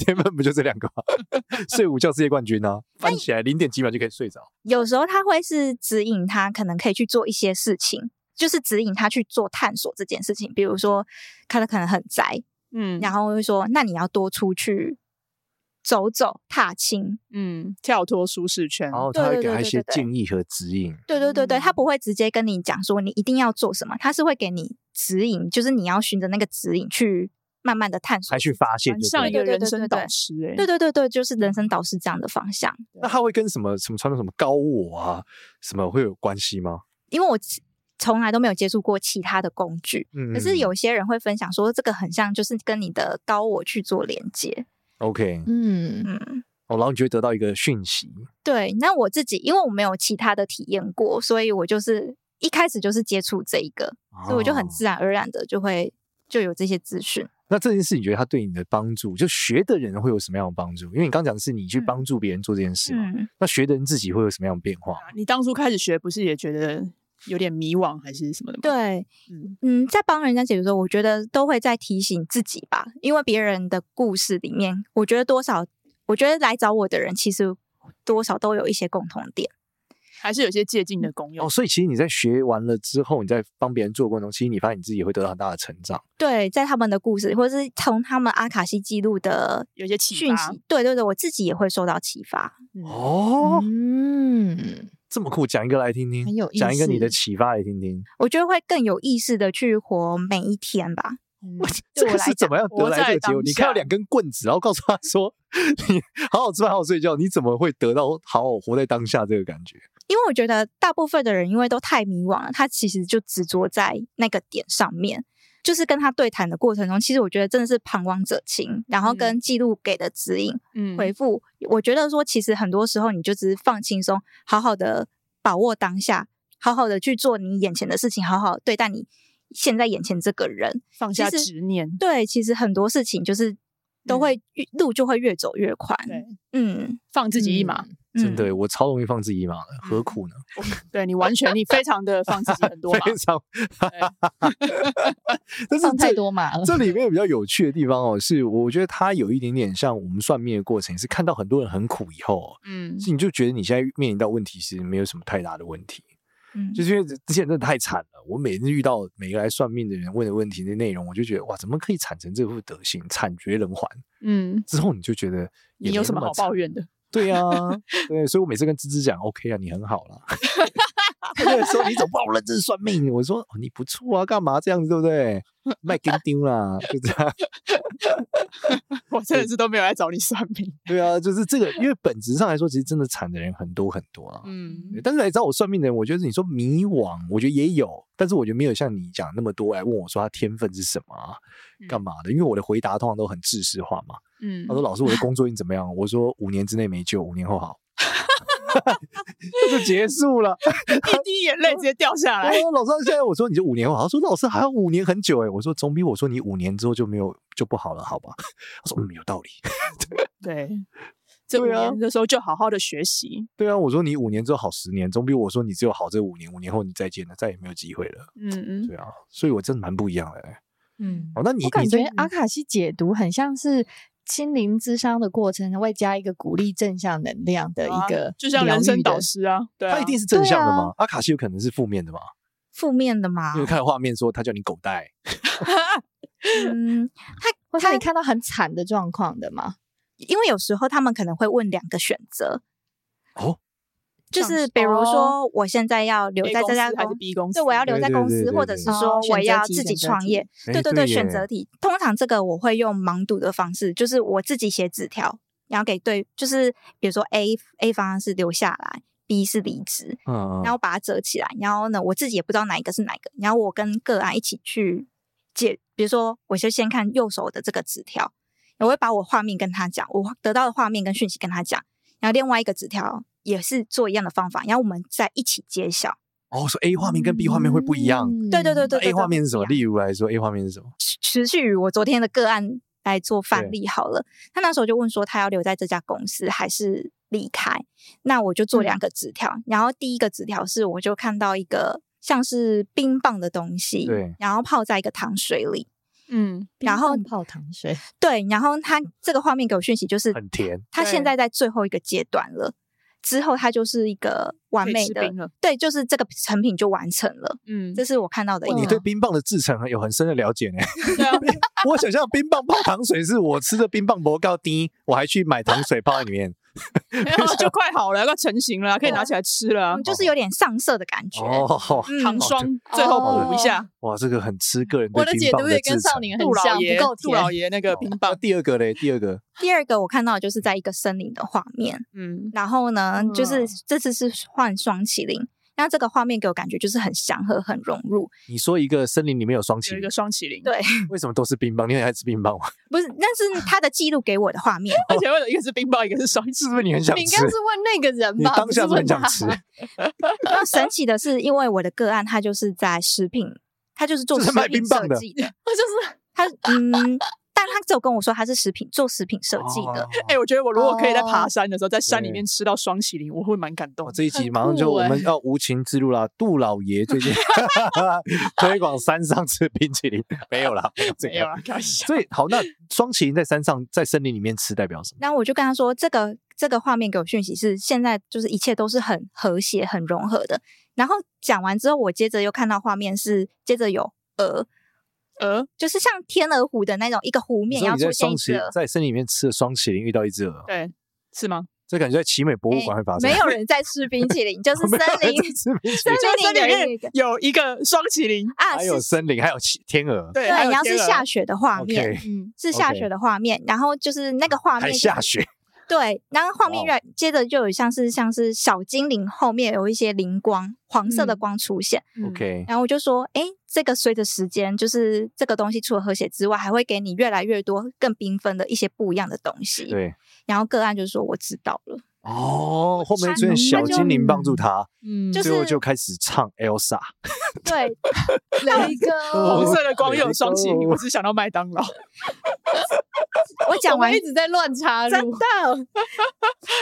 S5: 天分不就这两个吗？睡午觉世界冠军啊，
S4: 哎
S5: 翻起来零点几秒就可以睡着。
S4: 有时候他会是指引他可能可以去做一些事情，就是指引他去做探索这件事情。比如说，他可能很宅，
S1: 嗯
S4: 然后会说：“那你要多出去走走、踏青。
S1: 嗯，跳脱舒适圈。
S5: 然后
S4: 对
S5: 他会
S4: 对
S5: 给
S4: 对
S5: 他一
S4: 对
S5: 些
S4: 对对
S5: 建议和指引。”
S4: 对对对对，他
S1: 嗯
S4: 不会直接跟你讲说你一定要做什么，他是会给你指引，就是你要循着那个指引去慢慢的探索
S5: 还
S4: 自己。
S5: 去发现
S1: 蛮
S5: 就
S1: 像
S5: 对
S1: 一个
S5: 了
S4: 对
S1: 人
S4: 对
S1: 生
S4: 对
S1: 导
S4: 对
S1: 师哎、
S4: 对对对对，就是人生导师这样的方向。
S5: 那他会跟什么什么穿的什么高我啊什么会有关系吗？
S4: 因为我其从来都没有接触过其他的工具，
S5: 嗯，
S4: 可是有些人会分享说，这个很像就是跟你的高我去做连接。
S5: OK
S2: 嗯，
S4: 嗯，
S5: 哦，然后你就会得到一个讯息，
S4: 对。那我自己因为我没有其他的体验过，所以我就是一开始就是接触这一个，所以我就很
S5: 哦
S4: 自然而然的就会就有这些资讯。
S5: 那这件事，你觉得它对你的帮助，就学的人会有什么样的帮助？因为你刚讲的是你去
S4: 嗯
S5: 帮助别人做这件事嘛，
S4: 嗯，
S5: 那学的人自己会有什么样的变化？
S1: 你当初开始学，不是也觉得有点迷惘还是什么的吗？，
S4: 对，
S1: 嗯，
S4: 嗯，在帮人家解决的时候，我觉得都会在提醒自己吧，因为别人的故事里面，我觉得多少，我觉得来找我的人其实多少都有一些共同点。
S1: 还是有些借鉴的功用。
S5: 哦，所以其实你在学完了之后，你在帮别人做过程中，其实你发现你自己会得到很大的成长。
S4: 对，在他们的故事，或者是从他们阿卡西记录的
S1: 有一些启
S4: 讯
S1: 发
S4: 息，对对对，我自己也会受到启发。
S1: 嗯
S5: 哦，
S2: 嗯，
S5: 这么酷，讲一个来听听
S2: 很有，意
S5: 讲一个你的
S2: 思
S5: 启发来听听。
S4: 我觉得会更有意识的去活每一天吧。
S1: 嗯
S5: 我
S4: 对
S5: 这
S4: 我
S5: 个
S4: 来
S5: 是怎么样得
S1: 活
S5: 来这
S1: 在
S5: 个结果？
S1: 当
S5: 你看到
S1: 下
S5: 两根棍子，然后告诉他 说你好好吃饭、好好睡觉，你怎么会得到好好活在当下这个感觉？
S4: 因为我觉得大部分的人因为都太迷惘了，他其实就执着在那个点上面。就是跟他对谈的过程中，其实我觉得真的是旁观者清，然后跟记录给的指引、
S1: 嗯
S4: 回复，我觉得说其实很多时候你就只是放轻松，好好的把握当下，好好的去做你眼前的事情，好好地对待你现在眼前这个人。
S1: 放下
S4: 其实
S1: 执念。
S4: 对，其实很多事情就是都
S1: 嗯
S4: 会越、路就会越走越宽。
S1: 对，
S4: 嗯，
S1: 放自己一马。
S5: 真
S4: 嗯
S5: 的，我超容易放自己一马的，何苦呢？
S1: 对你完全，你非常的放自己很多马。 啊
S5: 非常 但是
S2: 放太
S5: 这。
S2: 多马了
S5: 这里面比较有趣的地方哦，是我觉得它有一点点像我们算命的过程，是看到很多人很苦以后哦、
S1: 嗯，
S5: 是你就觉得你现在面临到问题是没有什么太大的问题，
S4: 嗯
S5: 就是因为之前真的太惨了。我每次遇到每个来算命的人问的问题的内容，我就觉得哇，怎么可以惨成这副德行，惨绝人寰。
S1: 嗯，
S5: 之后你就觉得也
S1: 你有
S5: 没
S1: 什
S5: 那
S1: 么好
S5: 惨
S1: 抱？怨的？
S5: 对啊，对，所以我每次跟芝芝讲，OK 啊，你很好啦， 他就说你怎么不好认真算命？我说、哦、你不错啊，干嘛这样子对不对？卖给丢啦，就这样。
S1: 我真的是都没有来找你算 命。
S5: 对啊，就是这个，因为本质上来说，其实真的惨的人很多很多啊。
S1: 嗯，
S5: 对但是来找我算命的人，我觉得你说迷惘，我觉得也有，但是我觉得没有像你讲那么多来问我说他天分是什么、啊、干嘛的，因为我的回答通常都很知识化嘛。
S1: 嗯
S5: 他说：“老师，我的工作运怎么样？”我说：“五年之内没救，五年后好。” 这就结束了。
S1: 一滴眼泪直接掉下
S5: 他
S1: 来。
S5: 哦说：“老师，现在我说你就五年后好。”他说：“老师还要五年很久哎。”我说：“总比我说你五年之后就没有就不好了，好吧？” 他说：“嗯，有道理。
S1: 对，这五
S5: 对啊
S1: 年的时候就好好的学习。”
S5: 对啊，我说你五年之后好十年，总比我说你只有好这五年，五年后你再见了，再也没有机会了。
S1: 嗯嗯，
S5: 对啊，所以我真的蛮不一样的、欸。
S2: 嗯，
S5: 哦，那你
S2: 我感
S5: 你在
S2: 觉
S4: 啊
S2: 阿卡西解读很像是心灵智商的过程，会加一个鼓励正向能量的
S1: 啊
S2: 一个、
S1: 就像人生导，师啊，对啊，
S5: 他 一定是正向的
S2: 对啊
S5: 吗？阿卡西有可能是负面的吗？
S4: 负面的嘛
S5: 因为，看画面说他叫你狗带，
S4: 嗯，
S2: 或是你看到很惨的状况的嘛？
S4: 因为有时候他们可能会问两个选择，
S5: 哦，
S4: 就
S1: 像
S4: 是
S1: 是
S4: 比如
S1: 哦
S4: 说我现在要留
S1: A
S4: 在这
S1: 公
S4: 家
S1: 司还是
S4: 公
S1: B 公司？
S4: 对，我要留
S5: 对
S4: 在
S5: 对
S4: 公
S5: 对
S4: 司，
S5: 对
S4: 或者
S5: 对
S4: 是
S2: 哦
S4: 说
S2: 选
S4: 我
S2: 择
S4: 要
S2: 题
S4: 自
S2: 选
S4: 己
S2: 择
S4: 创
S2: 题
S4: 业。
S5: 哎
S4: 对对对，选
S5: 耶
S4: 择题通常这个我会用盲读的方式，就是我自己写纸条，然后给对，就是比如说 A A 方案是留下来，B 是离职，
S5: 嗯，嗯
S4: 然后把它折起来，然后呢，我自己也不知道哪一个是哪一个，然后我跟个案一起去解，比如说我就先看右手的这个纸条，我会把我画面跟他讲，我得到的画面跟讯息跟他讲，然后另外一个纸条也是做一样的方法，然后我们再一起揭晓。
S5: 哦，说 A 画面跟 B 画面会不一样。
S2: 嗯
S4: 对对对对
S5: 那 A 画面是什么？
S4: 不一
S5: 例如来说，A 画面是什么？
S4: 持续于我昨天的个案来做
S5: 对
S4: 范例好了。他那时候就问说，他要留在这家公司还是离开？那我就做
S5: 嗯
S4: 两个纸条，然后第一个纸条是我就看到一个像是冰棒的东西，
S5: 对
S4: 然后泡在一个糖水里，
S1: 嗯，
S2: 冰
S4: 然后
S2: 棒泡糖水，
S4: 对，然后他这个画面给我讯息就是
S5: 很甜，
S4: 他现
S1: 对
S4: 在在最后一个阶段了。之后，它就是一个完
S1: 可以
S4: 美
S1: 吃
S4: 的
S1: 冰了，
S4: 对，就是这个成品就完成了。
S1: 嗯，
S4: 这是我看到的一
S5: 哇
S4: 个。
S5: 你对冰棒的制成很有很深的了解呢。
S1: 对 啊，
S5: 我想象冰棒泡糖水是我吃的冰棒不够低，我还去买糖水泡在里面。
S1: 然后就快好了，快成型了，可以拿起来吃了啊
S4: 嗯，。就是有点上色的感觉。
S5: 哦，
S4: 嗯
S1: 糖霜最后补一下。
S5: 哇，这个很吃个人对
S2: 我的
S5: 冰
S2: 解
S5: 棒
S2: 读也
S5: 制
S2: 跟少
S5: 成。
S2: 年很
S1: 杜老
S2: 像，
S1: 爷
S2: 不够，
S1: 杜老
S2: 甜。
S1: 爷那个冰
S5: 啊那
S1: 棒，
S5: 第二个嘞，第二个
S4: 第二个我看到的就是在一个森林的画面，
S1: 嗯，
S4: 然后呢，
S1: 嗯
S4: 就是这次是换双麒麟，那这个画面给我感觉就是很祥和、很融入。
S5: 你说一个森林里面有双
S1: 有
S5: 麒
S1: 一
S5: 麟
S1: 个，双麒麟，，
S4: 对
S5: 为什么都是冰棒？你很爱吃冰棒吗？
S4: 不是，那是他的记录给我的画面
S1: 而且为了一个是冰棒，一个是双麒
S5: 是不是你很想
S2: 你
S5: 吃
S2: 刚？是问那个人
S5: 你
S2: 吧？
S5: 当
S2: 不
S5: 下
S2: 是
S5: 是很
S2: 问
S5: 想
S2: 他
S5: 吃，
S4: 那神奇的是，因为我的个案他就是在食品，他就是做
S5: 就是
S4: 食
S5: 卖
S4: 品
S5: 冰棒
S4: 设
S5: 的
S4: 计的，我就是他嗯，但他只有跟我说他是食品做食品设计的，
S5: 哦。
S1: 哎、我觉得我如果可以在爬
S2: 哦
S1: 山的时候，在山里面吃到双麒麟，我会蛮感动
S5: 哇，
S1: 的。
S5: 哦这一集
S2: 很
S5: 马上就
S2: 酷
S5: 我
S2: 欸
S5: 们要无情之路啦！杜老爷最近推广山上吃冰淇淋，没有啦，没有这
S1: 没有
S5: 个。
S1: 啦，开玩 笑。
S5: 所以好，那双麒麟在山上在森林里面吃代表什么？
S4: 然后我就跟他说，这个这个画面给我讯息是现在就是一切都是很和谐、很融合的。然后讲完之后，我接着又看到画面是接着有鹅，
S1: 鹅，
S4: 就是像天鹅湖的那种一个湖
S5: 你
S4: 面，
S5: 说
S4: 然
S5: 你在
S4: 后出
S5: 双
S4: 现一
S5: 麒
S4: 只
S5: 麟
S4: 鹅。
S5: 在森林里面吃了双麒麟，遇到一只鹅，
S1: 对，是吗？
S5: 这感觉在奇美博物馆会发生。
S4: 没有人在吃冰淇淋，就是森
S5: 没有人
S4: 林
S5: 在吃冰淇
S4: 森
S5: 淋，
S1: 就是
S4: 林
S1: 森林
S4: 的
S1: 里
S4: 一个
S1: 有一个双麒麟，
S4: 啊，
S5: 还
S4: 是
S5: 有森林，还有其天鹅，
S1: 对，
S4: 对，
S1: 还有
S4: 然后
S1: 天
S4: 是
S1: 鹅
S4: 下雪的画
S5: OK
S4: 面，
S2: 嗯，
S4: 是下
S5: OK 啊
S4: 雪的画面，然后就是那个画面
S5: 还
S4: 就
S5: 下雪，
S4: 对，然后画面
S5: 哇哦
S4: 越来接着就有像是像是小精灵后面有一些灵光，黄色的
S1: 嗯
S4: 光出现。
S1: 嗯
S5: OK，
S4: 然后我就说，哎，这个随着时间，就是这个东西除了和谐之外，还会给你越来越多更缤纷的一些不一样的东西。
S5: 对，
S4: 然后个案就说我知道 了，
S5: 哦，后面出
S2: 山
S5: 现小
S2: 它就
S5: 精灵帮助他，
S1: 嗯
S4: 就
S5: 最后
S4: 是
S5: 就开始唱 Elsa，
S4: 对，
S2: 雷哥，
S5: 哦
S1: 红色的光又有双麒麟，
S5: 哦
S1: 我只想到麦当劳。
S4: 我讲
S2: 我
S4: 完
S2: 们一直在乱插入，
S4: 真的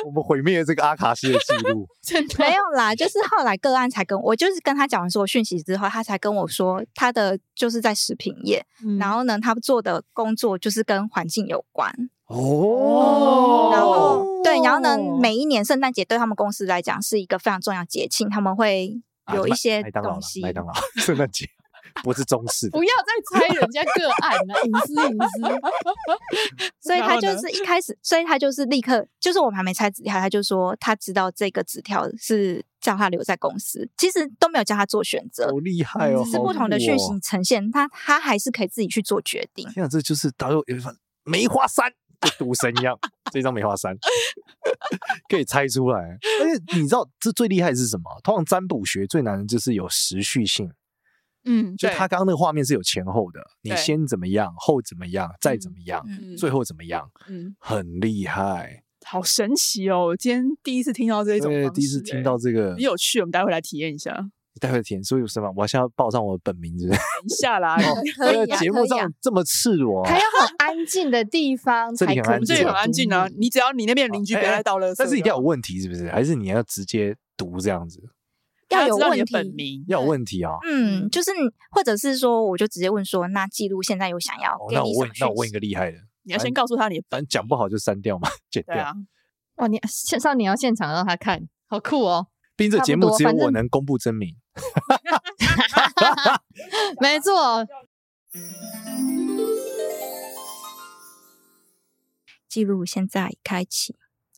S5: 我们毁灭了这个阿卡西的记 录。
S1: 真 的
S4: 没有啦，就是后来个案才跟我，就是跟他讲完所有讯息之后，他才跟我说他的就是在食品业，
S5: 嗯
S4: 然后呢，他做的工作就是跟环境有关，
S5: 哦，
S4: 然后对，然后呢
S1: 哦，
S4: 每一年圣诞节对他们公司来讲是一个非常重要节庆，他们会
S5: 啊
S4: 有一
S5: 麦
S4: 些
S5: 麦当劳
S4: 东
S5: 啦
S4: 西，
S5: 麦当劳圣诞节不是中式的
S2: 不。要再猜人家个案了，隐私隐 私。
S4: 所以
S1: 然
S4: 他
S1: 后
S4: 就
S1: 呢
S4: 是一开始，所以他就是立刻，就是我们还没拆纸条，他就说他知道这个纸条是叫他留在公司，其实都没有叫他做选择
S5: 好，厉害哦！
S4: 只嗯是
S5: 好
S4: 不同的
S5: 酷
S4: 讯
S5: 哦
S4: 息呈现，他他还是可以自己去做决定。
S5: 天啊，这就是打有有一番梅花三，就赌神一样，这张梅花三可以猜出来。而且你知道这最厉害的是什么？通常占卜学最难的就是有时序性，
S1: 嗯，
S5: 就
S1: 对
S5: 他刚刚那个画面是有前后的，你
S1: 对
S5: 先怎么样，后怎么样，再怎么样，
S4: 嗯，
S1: 嗯
S5: 最后怎么样，
S1: 嗯，
S5: 很厉害。
S1: 好神奇哦！我今天第一次听到这一种方
S5: 对，
S1: 式，
S5: 第一次听
S1: 哎
S5: 到这个
S1: 很，有趣，我们待会来体验一下，等
S5: 待会填，所以有什么？我现在要报上我的本名，是不 是？
S1: 一下啦。
S5: 哦
S2: 可以啊
S5: 这个节目
S2: 可以啊
S5: 上这么赤裸啊，
S2: 还要很 安静的地方
S5: 这
S2: 才
S5: 里很
S2: 可
S5: 安
S2: 以
S1: 我们这
S5: 静
S1: 里
S2: 解
S1: 很安静啊
S2: 读，
S1: 你只要你那边的邻居
S5: 哎
S1: 别
S5: 哎
S1: 来倒垃圾，
S5: 但是一定要有问题，是不是？还是你要直接读这样子？
S1: 他
S4: 要有
S1: 知道
S4: 问
S1: 你的本
S4: 题。
S1: 名，
S5: 要有问题啊！
S4: 嗯，就是你或者是说，我就直接问说，那记录现在有想要
S5: 哦，
S4: 给
S5: 那我
S4: 你什
S5: 问
S4: 么，
S5: 那我问
S4: 讯
S5: 一
S4: 息？
S5: 个厉害的，
S1: 你要先告诉他你的
S5: 反
S1: 本
S5: 正讲不好就删掉嘛， 剪
S1: 对啊
S5: 掉。，
S2: 哇，你线上你要现场让他看，好酷哦！
S5: 毕竟这
S2: 差
S5: 节
S2: 不
S5: 目
S2: 多
S5: 只有
S2: 反
S5: 我
S2: 正
S5: 能公布真名。
S2: 没错，
S4: 记录现在已开启。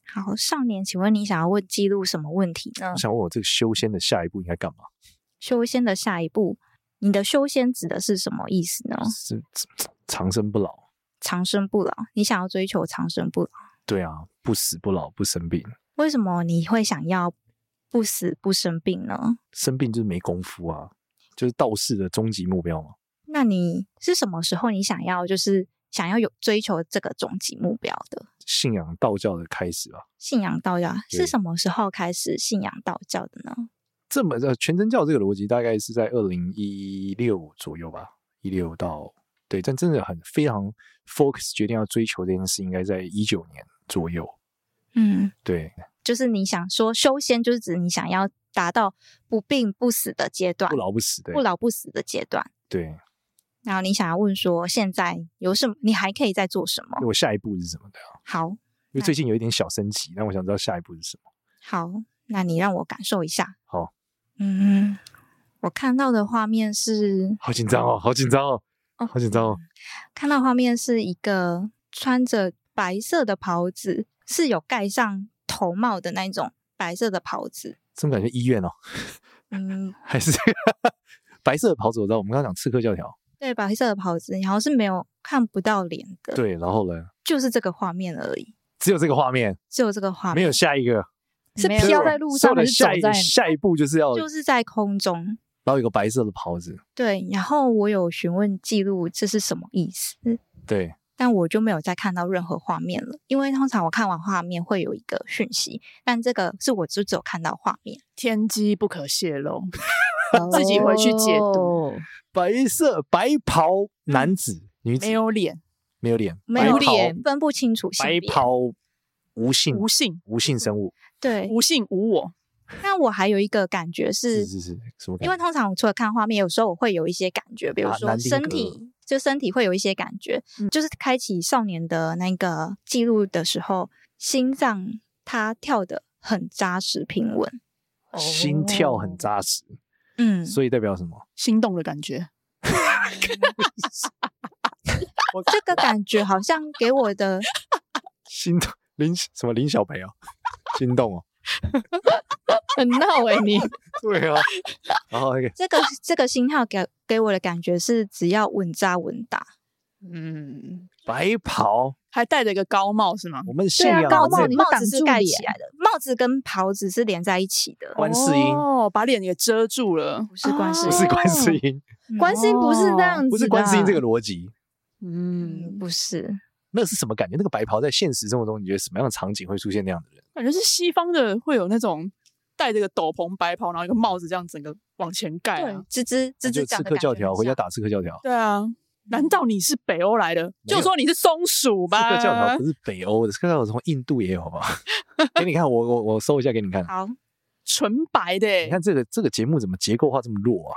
S4: 好，少年，请问你想要问记录什么问题呢
S5: 我？想问我这个修仙的下一步应该干嘛？
S4: 修仙的下一步，你的修仙指的是什么意思呢？
S5: 是是长生不老？
S4: 长生不老，你想要追求长生不老，
S5: 对啊，不死不老，不生病。
S4: 为什么你会想要不死不生病呢？
S5: 生病就是没功夫啊，就是道士的终极目标嘛。
S4: 那你是什么时候你想要就是想要有追求这个终极目标的？
S5: 信仰道教的开始吧。
S4: 信仰道教
S5: 对
S4: 是什么时候开始信仰道教的呢？
S5: 这么呃，全真教这个逻辑大概是在二零一六左右吧，一六到对，但真的很非常 focus 决定要追求这件事，应该在一九年左右。
S4: 嗯，
S5: 对，
S4: 就是你想说修仙，就是指你想要达到不病不死的阶段
S5: 不，老不死的。
S4: 不老不死的阶段。
S5: 对，
S4: 然后你想要问说，现在有什么？你还可以再做什么？
S5: 我下一步是什么的啊？
S4: 好
S5: 因为最近有一点小升级，但我想知道下一步是什么。
S4: 好，那你让我感受一下。
S5: 好，
S4: 嗯，我看到的画面是
S5: 好紧张哦，好紧张哦，
S4: 哦
S5: 好紧张哦！
S4: 看到画面是一个穿着白色的袍子，是有盖上头帽的那一种白色的袍子。
S5: 怎么感觉医院哦？
S4: 嗯，
S5: 还是白色的袍子？我知道，我们刚刚讲刺客教条。
S4: 对，白色的袍子，然后是没有看不到脸的，，
S5: 对，然后呢？
S4: 就是这个画面而已，
S5: 只有这个画面，
S4: 只有这个画
S5: 没
S4: 面，
S5: 有下一个。
S2: 是
S4: 没有
S2: 飘在路上
S5: 所有
S2: 还
S5: 的
S2: 是走
S5: 下一
S2: 在？
S5: 下一步就是要，
S4: 就是在空中。
S5: 然后有个白色的袍子。
S4: 对，然后我有询问记录这是什么意思，
S5: 对，
S4: 但我就没有再看到任何画面了，因为通常我看完画面会有一个讯息，但这个是我就只有看到画面。
S1: 天机不可泄露。自己回去解读
S2: 哦。
S5: 白色白袍男子、女子
S1: 没有脸，
S5: 没有脸，
S4: 没有
S5: 白袍
S2: 脸
S4: 分不清楚性
S5: 白
S4: 别。
S5: 袍无性
S1: 无性，
S5: 无性生物。
S4: 对，
S1: 无性无我，
S4: 那我还有一个感觉是
S5: 是，是是，什么感觉？
S4: 因为通常我除了看画面，有时候我会有一些感觉，比如
S5: 啊
S4: 说
S5: 南丁
S4: 身
S5: 格嗯
S4: 体，就身体会有一些感觉，就是开启少年的那个记录的时候，心脏它跳的很扎实平稳。
S1: 哦
S5: 心跳
S2: 哦
S5: 很扎实，
S4: 嗯，
S5: 所以代表什么？
S1: 心动的感觉。
S4: 这个感觉好像给我的
S5: 心动林什么林小培啊，心动哦，
S2: 很 闹
S1: 欸
S2: 哎、你
S5: 对啊，然后那 个
S4: 这个这个心跳给给我的感觉是，只要稳扎稳打，
S1: 嗯，
S5: 白袍，
S1: 还戴着一个高帽是吗？
S5: 我们信
S2: 对啊
S5: 仰
S2: 高
S5: 的
S2: 帽
S5: 这
S2: 你
S4: 帽
S2: 挡
S4: 子是
S2: 住
S4: 盖
S2: 脸
S4: 起来的，帽子跟袍子是连在一起的，
S5: 观世音，
S1: 哦，把脸给遮住了。
S4: 不是观世
S5: 哦不是
S4: 音
S5: 观世音，
S4: 嗯
S2: 关心不是这样子的，
S5: 不是观世音这个逻辑。
S1: 嗯，
S4: 嗯，不是，
S5: 那是什么感觉？那个白袍在现实生活中，你觉得什么样的场景会出现那样的人？
S1: 感觉是西方的会有那种戴着个斗篷、白袍，然后一个帽子这样整个往前盖、
S4: 对
S1: 啊。，
S4: 吱吱吱
S5: 那就
S4: 吱
S5: 刺
S4: 讲的
S5: 客
S4: 感
S5: 教
S4: 觉
S5: 条，
S4: 很
S5: 回家
S4: 像
S5: 打刺客教条。
S1: 对啊，难道你是北欧来的？
S5: 有
S1: 就说你是松鼠
S5: 刺
S1: 吧。
S5: 客教条不是北欧的，刺客教条从印度也有，好不好？给你看，我我我搜一下给你看。
S4: 好，
S1: 纯白的、
S5: 你
S1: 欸，
S5: 看这个这个节目怎么结构化这么弱啊？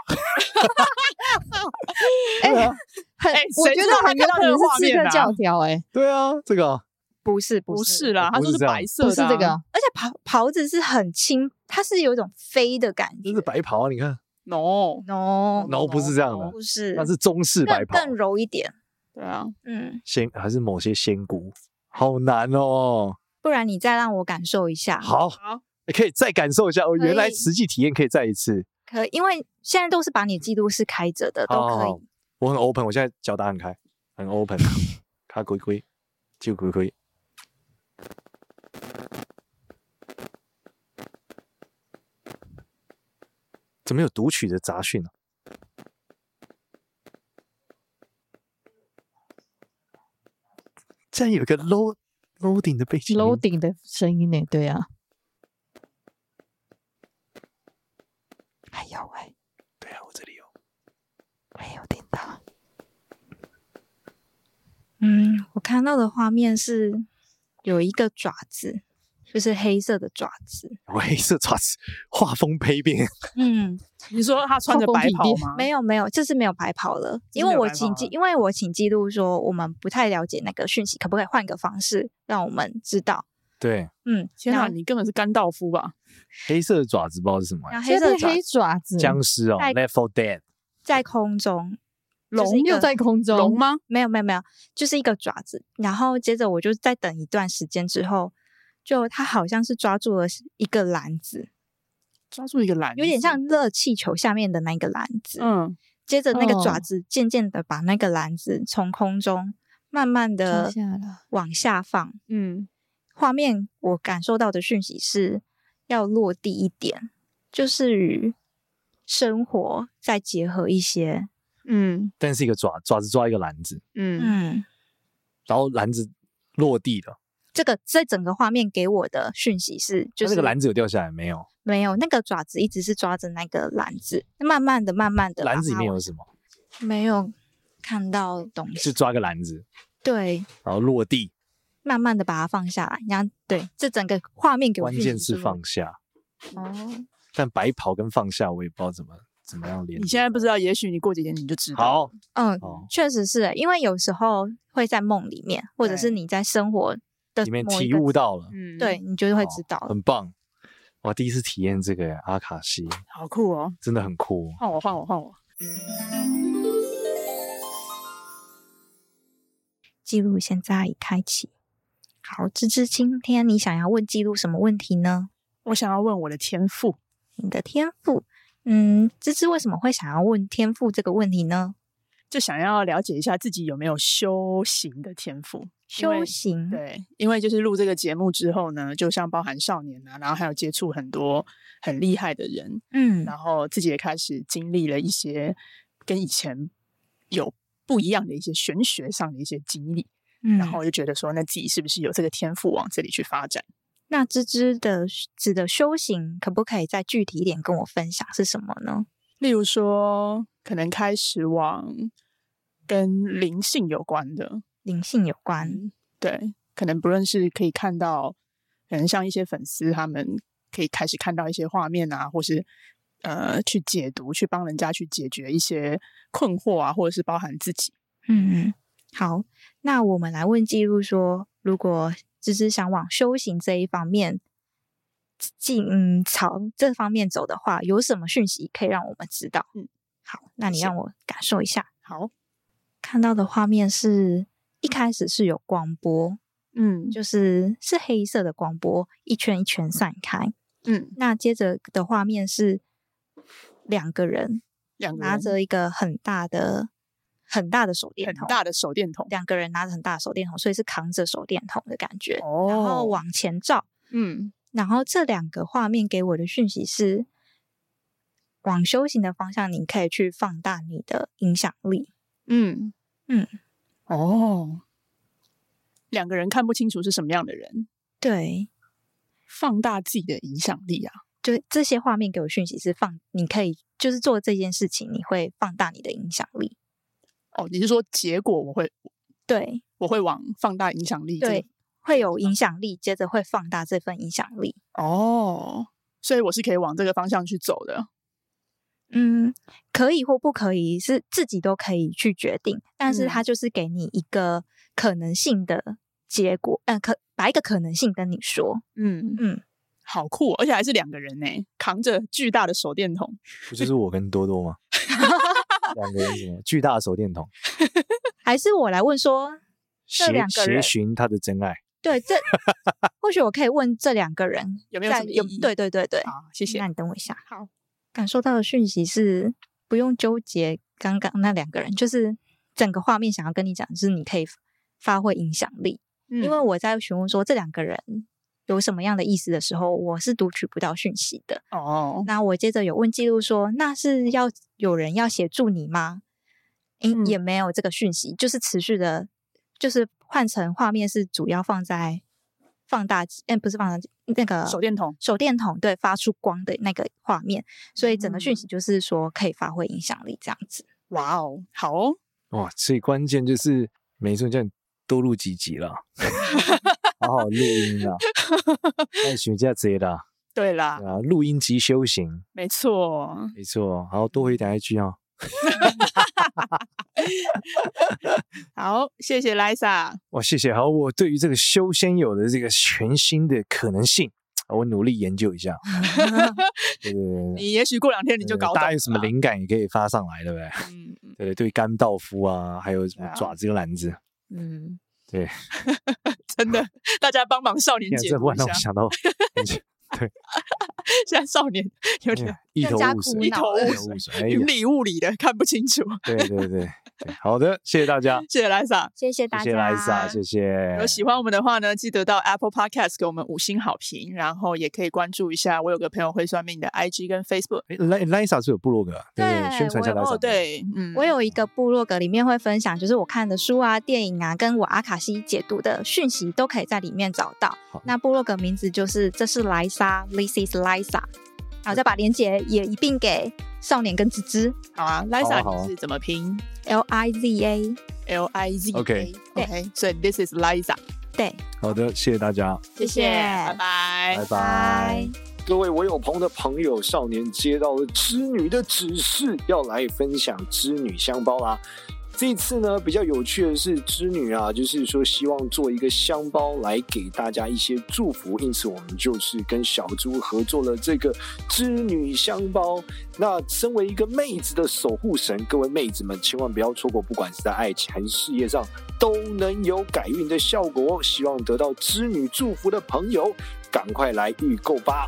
S2: 哎、
S5: 啊
S2: 很、
S1: 哎
S2: 我
S1: 谁
S2: 觉
S1: 知
S2: 得
S1: 道
S2: 很
S1: 他
S2: 有
S1: 看到
S2: 可能
S1: 的画
S2: 是刺
S1: 面
S2: 客
S1: 啊
S2: 教条哎、
S5: 对啊，这个啊
S4: 不是不
S1: 不
S4: 是，
S1: 是啦，他
S5: 不
S1: 说
S5: 是
S1: 是
S5: 这样
S1: 白色
S2: 不
S1: 的、啊
S2: 是这个，啊
S4: 而且袍袍子是很轻，它是有一种飞的感觉
S5: 这是，白袍啊，你看
S1: no，
S4: no
S5: no，不是这样的
S4: 不是，
S5: 那是中式白
S4: 更
S5: 袍，
S4: 更柔一点，
S1: 对啊，
S4: 嗯，
S5: 仙还是某些仙姑，好难哦。
S4: 不然你再让我感受一下，
S5: 好，
S1: 好
S5: 你可以再感受一下哦，
S4: 可以
S5: 原来实际体验可以再一次。
S4: 可因为现在都是把你记录室开着的，都
S5: 好好
S4: 可
S1: 哦
S5: 好
S4: 以。
S5: 我很 open，我现在脚打很开，很 open，卡 龟龟，就龟龟。怎么有读取的杂讯呢、啊竟然有一个 load loading 的背景音
S2: loading 的声音呢？对啊。哎呦喂，
S5: 对啊，我这里有。
S2: 没有听到。
S4: 嗯，我看到的画面是有一个爪子，就是黑色的爪 子。
S5: 有黑色爪子，画风丕变，
S4: 嗯，
S1: 你说他穿着白袍吗？
S4: 没有没有，这次没有白跑了，
S1: 啊没
S4: 因为
S1: 有
S4: 我
S1: 白
S4: 请
S1: 跑
S4: 记
S1: 了，
S4: 因为我请记录说我们不太了解那个讯息，可不可以换个方式让我们知道？
S5: 对，
S4: 嗯，
S1: 天
S4: 然
S1: 啊，
S4: 后
S1: 你根本是甘道夫吧？
S5: 黑色的爪子不知道是什么欸、
S4: 然后黑
S2: 现在
S4: 色
S2: 是
S4: 爪
S2: 黑爪子，
S5: 僵尸哦
S4: 在
S5: ，Left for Dead，
S4: 在空中，就
S1: 龙
S4: 是一
S2: 又
S4: 个
S2: 在空中
S1: 龙？吗？
S4: 没有没有没有，就是一个爪子。然后接着我就再等一段时间之后，就它好像是抓住了一个篮子，
S1: 抓住一个篮，
S4: 有点像，热气球下面的那个篮子。
S1: 嗯，
S4: 接着那个爪
S2: 哦
S4: 子渐渐的把那个篮子从空中慢慢的
S2: 下了
S4: 往下放。
S1: 嗯，
S4: 画面我感受到的讯息是要落地一点，就是与生活再结合一些。
S1: 嗯，
S5: 但是一个爪爪子抓一个篮子，
S1: 嗯，
S4: 嗯，
S5: 然后篮子落地了，
S4: 这个这整个画面给我的讯息是，就
S5: 那
S4: 是
S5: 这个篮子有掉下来没有？
S4: 没有那个爪子一直是抓着那个篮子，慢慢的、慢慢的
S5: 篮子里面有什么？
S4: 没有看到东
S5: 就
S4: 西，
S5: 抓个篮子，
S4: 对，
S5: 然后落地，
S4: 慢慢的把它放下来。然后对，这整个画面给我
S5: 关
S4: 讯息
S5: 键是
S4: 落
S5: 放下。
S4: 哦，
S5: 但白袍跟放下，我也不知道怎么怎么样连接。
S1: 你现在不知道，也许你过几天你就知道。
S5: 好
S4: 嗯，
S5: 哦，
S4: 确实是欸，因为有时候会在梦里面，或者是
S1: 对
S4: 你在生活的
S5: 里面
S4: 某一
S5: 体
S4: 个
S5: 悟到了，
S1: 嗯，
S4: 对，你就会知道
S5: 哦
S4: 了。
S5: 很棒。哇，第一次体验这个阿卡西，
S1: 好酷哦！
S5: 真的很酷。
S1: 换我，换我，换我。
S4: 记录现在已开启。好，芝芝，今天你想要问记录什么问题呢？
S1: 我想要问我的天赋，
S4: 你的天赋，嗯，芝芝为什么会想要问天赋这个问题呢？
S1: 就想要了解一下自己有没有修行的天赋。因为
S4: 修行，
S1: 对，因为就是录这个节目之后呢，就像包含少年啊，然后还有接触很多很厉害的人，
S4: 嗯
S1: 然后自己也开始经历了一些跟以前有不一样的一些玄学上的一些经历，
S4: 嗯，
S1: 然后我就觉得说，那自己是不是有这个天赋往这里去发展？
S4: 那芝芝的指的修行，可不可以再具体一点跟我分享是什么呢？
S1: 例如说，可能开始往跟灵性有关的，
S4: 灵性有关，
S1: 嗯，对，可能不论是可以看到，可能像一些粉丝他们可以开始看到一些画面啊，或是呃去解读，去帮人家去解决一些困惑啊，或者是包含自己。
S4: 嗯嗯，好，那我们来问记录说，如果芝芝想往修行这一方面进嗯朝这方面走的话，有什么讯息可以让我们知道？
S1: 嗯，
S4: 好，那你
S1: 谢谢
S4: 让我感受一下，
S1: 好，
S4: 看到的画面是一开始是有光波，
S1: 嗯
S4: 就是是黑色的光波，一圈一圈散开。
S1: 嗯，
S4: 那接着的画面是两个人
S1: 两个
S4: 拿
S1: 人
S4: 着一个很大的很大的手电
S1: 很
S4: 筒，
S1: 大的手电筒，
S4: 两个人拿着很大的手电筒，所以是扛着手电筒的感觉，
S1: 哦
S4: 然后往前照。
S1: 嗯
S4: 然后这两个画面给我的讯息是，往修行的方向，你可以去放大你的影响力。
S1: 嗯
S4: 嗯，
S1: 哦，两个人看不清楚是什么样的人，
S4: 对，
S1: 放大自己的影响力啊。
S4: 就这些画面给我讯息是放，你可以就是做这件事情，你会放大你的影响力。
S1: 哦，你是说结果我会
S4: 对
S1: 我会往放大影响力这个
S4: 对，会有影响力，接着会放大这份影响力。
S1: 哦，所以我是可以往这个方向去走的。
S4: 嗯，可以或不可以是自己都可以去决定，但
S1: 嗯
S4: 是它就是给你一个呃可能性的结果，嗯、可把一个可能性跟你说，
S1: 嗯
S4: 嗯，
S1: 好酷哦、而且还是两个人呢、扛着巨大的手电筒，
S5: 不就是我跟 多多吗？两个人什么巨大的手电筒，
S4: 还是我来问说，这
S5: 协
S4: 两个
S5: 协
S4: 人
S5: 寻他的真爱。
S4: 对这，或许我可以问这两个人
S1: 有没有
S4: 在
S1: 什么
S4: 有
S1: 意义
S4: 对对对对，
S1: 好，谢谢
S4: 那。你等我一下。
S1: 好，
S4: 感受到的讯息是不用纠结刚刚那两个人，就是整个画面想要跟你讲，就是你可以发挥影响力。
S1: 因
S4: 因为我在询问说这两个人有什么样的意思的时候，我是读取不到讯息的。
S1: 哦，
S4: 那我接着有问记录说，那是要有人要协助你吗？嗯，
S2: 嗯
S4: 也没有这个讯息，就是持续的，就是换成画面是主要放在放大镜，嗯，不是放大镜，那个
S1: 手电筒
S4: 手电筒对发出光的那个画面，所以整个
S1: 嗯
S4: 讯息就是说可以发挥影响力这样子。
S1: 哇哦，好哦，
S5: 哇，所以关键就是没错，叫你多录几集啦，好好录音 啦，爱学家贼啦，
S1: 对啦，
S5: 对啊，录音即修行，
S1: 没错，
S5: 没错，哦好多回答一句啊，
S1: 好，谢谢 Lisa，
S5: 哇，谢谢，好，我对于这个修仙有的这个全新的可能性，我努力研究一下，
S1: 嗯
S5: 对对对对。
S1: 你也许过两天你就搞懂
S5: 大家有什么
S1: 了啦，
S5: 灵感也可以发上来，对不对？
S1: 嗯嗯
S5: 对对，对于甘道夫啊，还有什么
S1: 对啊
S5: 爪子跟篮子，
S1: 嗯，
S5: 对，
S1: 真的，大家帮忙少 年
S5: 天啊
S1: 解
S5: 这忽
S1: 读一
S5: 然让
S1: 下
S5: 我，想到很久，
S1: 现在少年有 点
S5: 一头
S4: 更加
S5: 雾
S4: 苦
S5: 水，
S1: 一 头
S5: 一
S1: 雾
S5: 头雾水，哎哎呀
S1: 云里雾里的，看不清楚。，
S5: 对对对对，好的，谢谢大家
S1: 谢谢 Lisa。
S4: 谢谢大家，
S5: 谢谢莱莎，谢谢。
S1: 有喜欢我们的话呢，记得到 Apple Podcast 给我们五星好评，然后也可以关注一下我有个朋友会算命的 IG 跟 Facebook。
S5: 诶莱莱莎是有部落格，对对，
S4: 对
S5: 宣传一
S4: 我
S5: 下
S4: 有
S5: 莱莎。
S1: 哦，，对，嗯，
S4: 我有一个部落格，里面会分享，就是我看的书啊、电影啊，跟我阿卡西解读的讯息，都可以在里面找到
S5: 好。
S4: 那部落格名字就是“这是莱莎 ”，This is Lisa。然后再把链接也一并给少年跟芝芝
S1: 好啊
S5: 好啊好啊
S1: ，Lisa 你是怎么拼
S4: ，L I Z A。
S1: ？L I Z A
S5: OK
S1: OK，所以 This is Lisa，
S4: 对，
S5: 好的，谢谢大家，
S4: 谢谢
S1: 拜拜
S5: 拜。
S4: 拜。
S5: 各位我有朋的朋友，少年接到了织女的指示，要来分享织女香包啦。这次呢，比较有趣的是织女啊，就是说希望做一个香包来给大家一些祝福，因此我们就是跟小猪合作了这个织女香包。那身为一个妹子的守护神，各位妹子们千万不要错过，不管是在爱情还是事业上，都能有改运的效果哦。希望得到织女祝福的朋友，赶快来预购吧！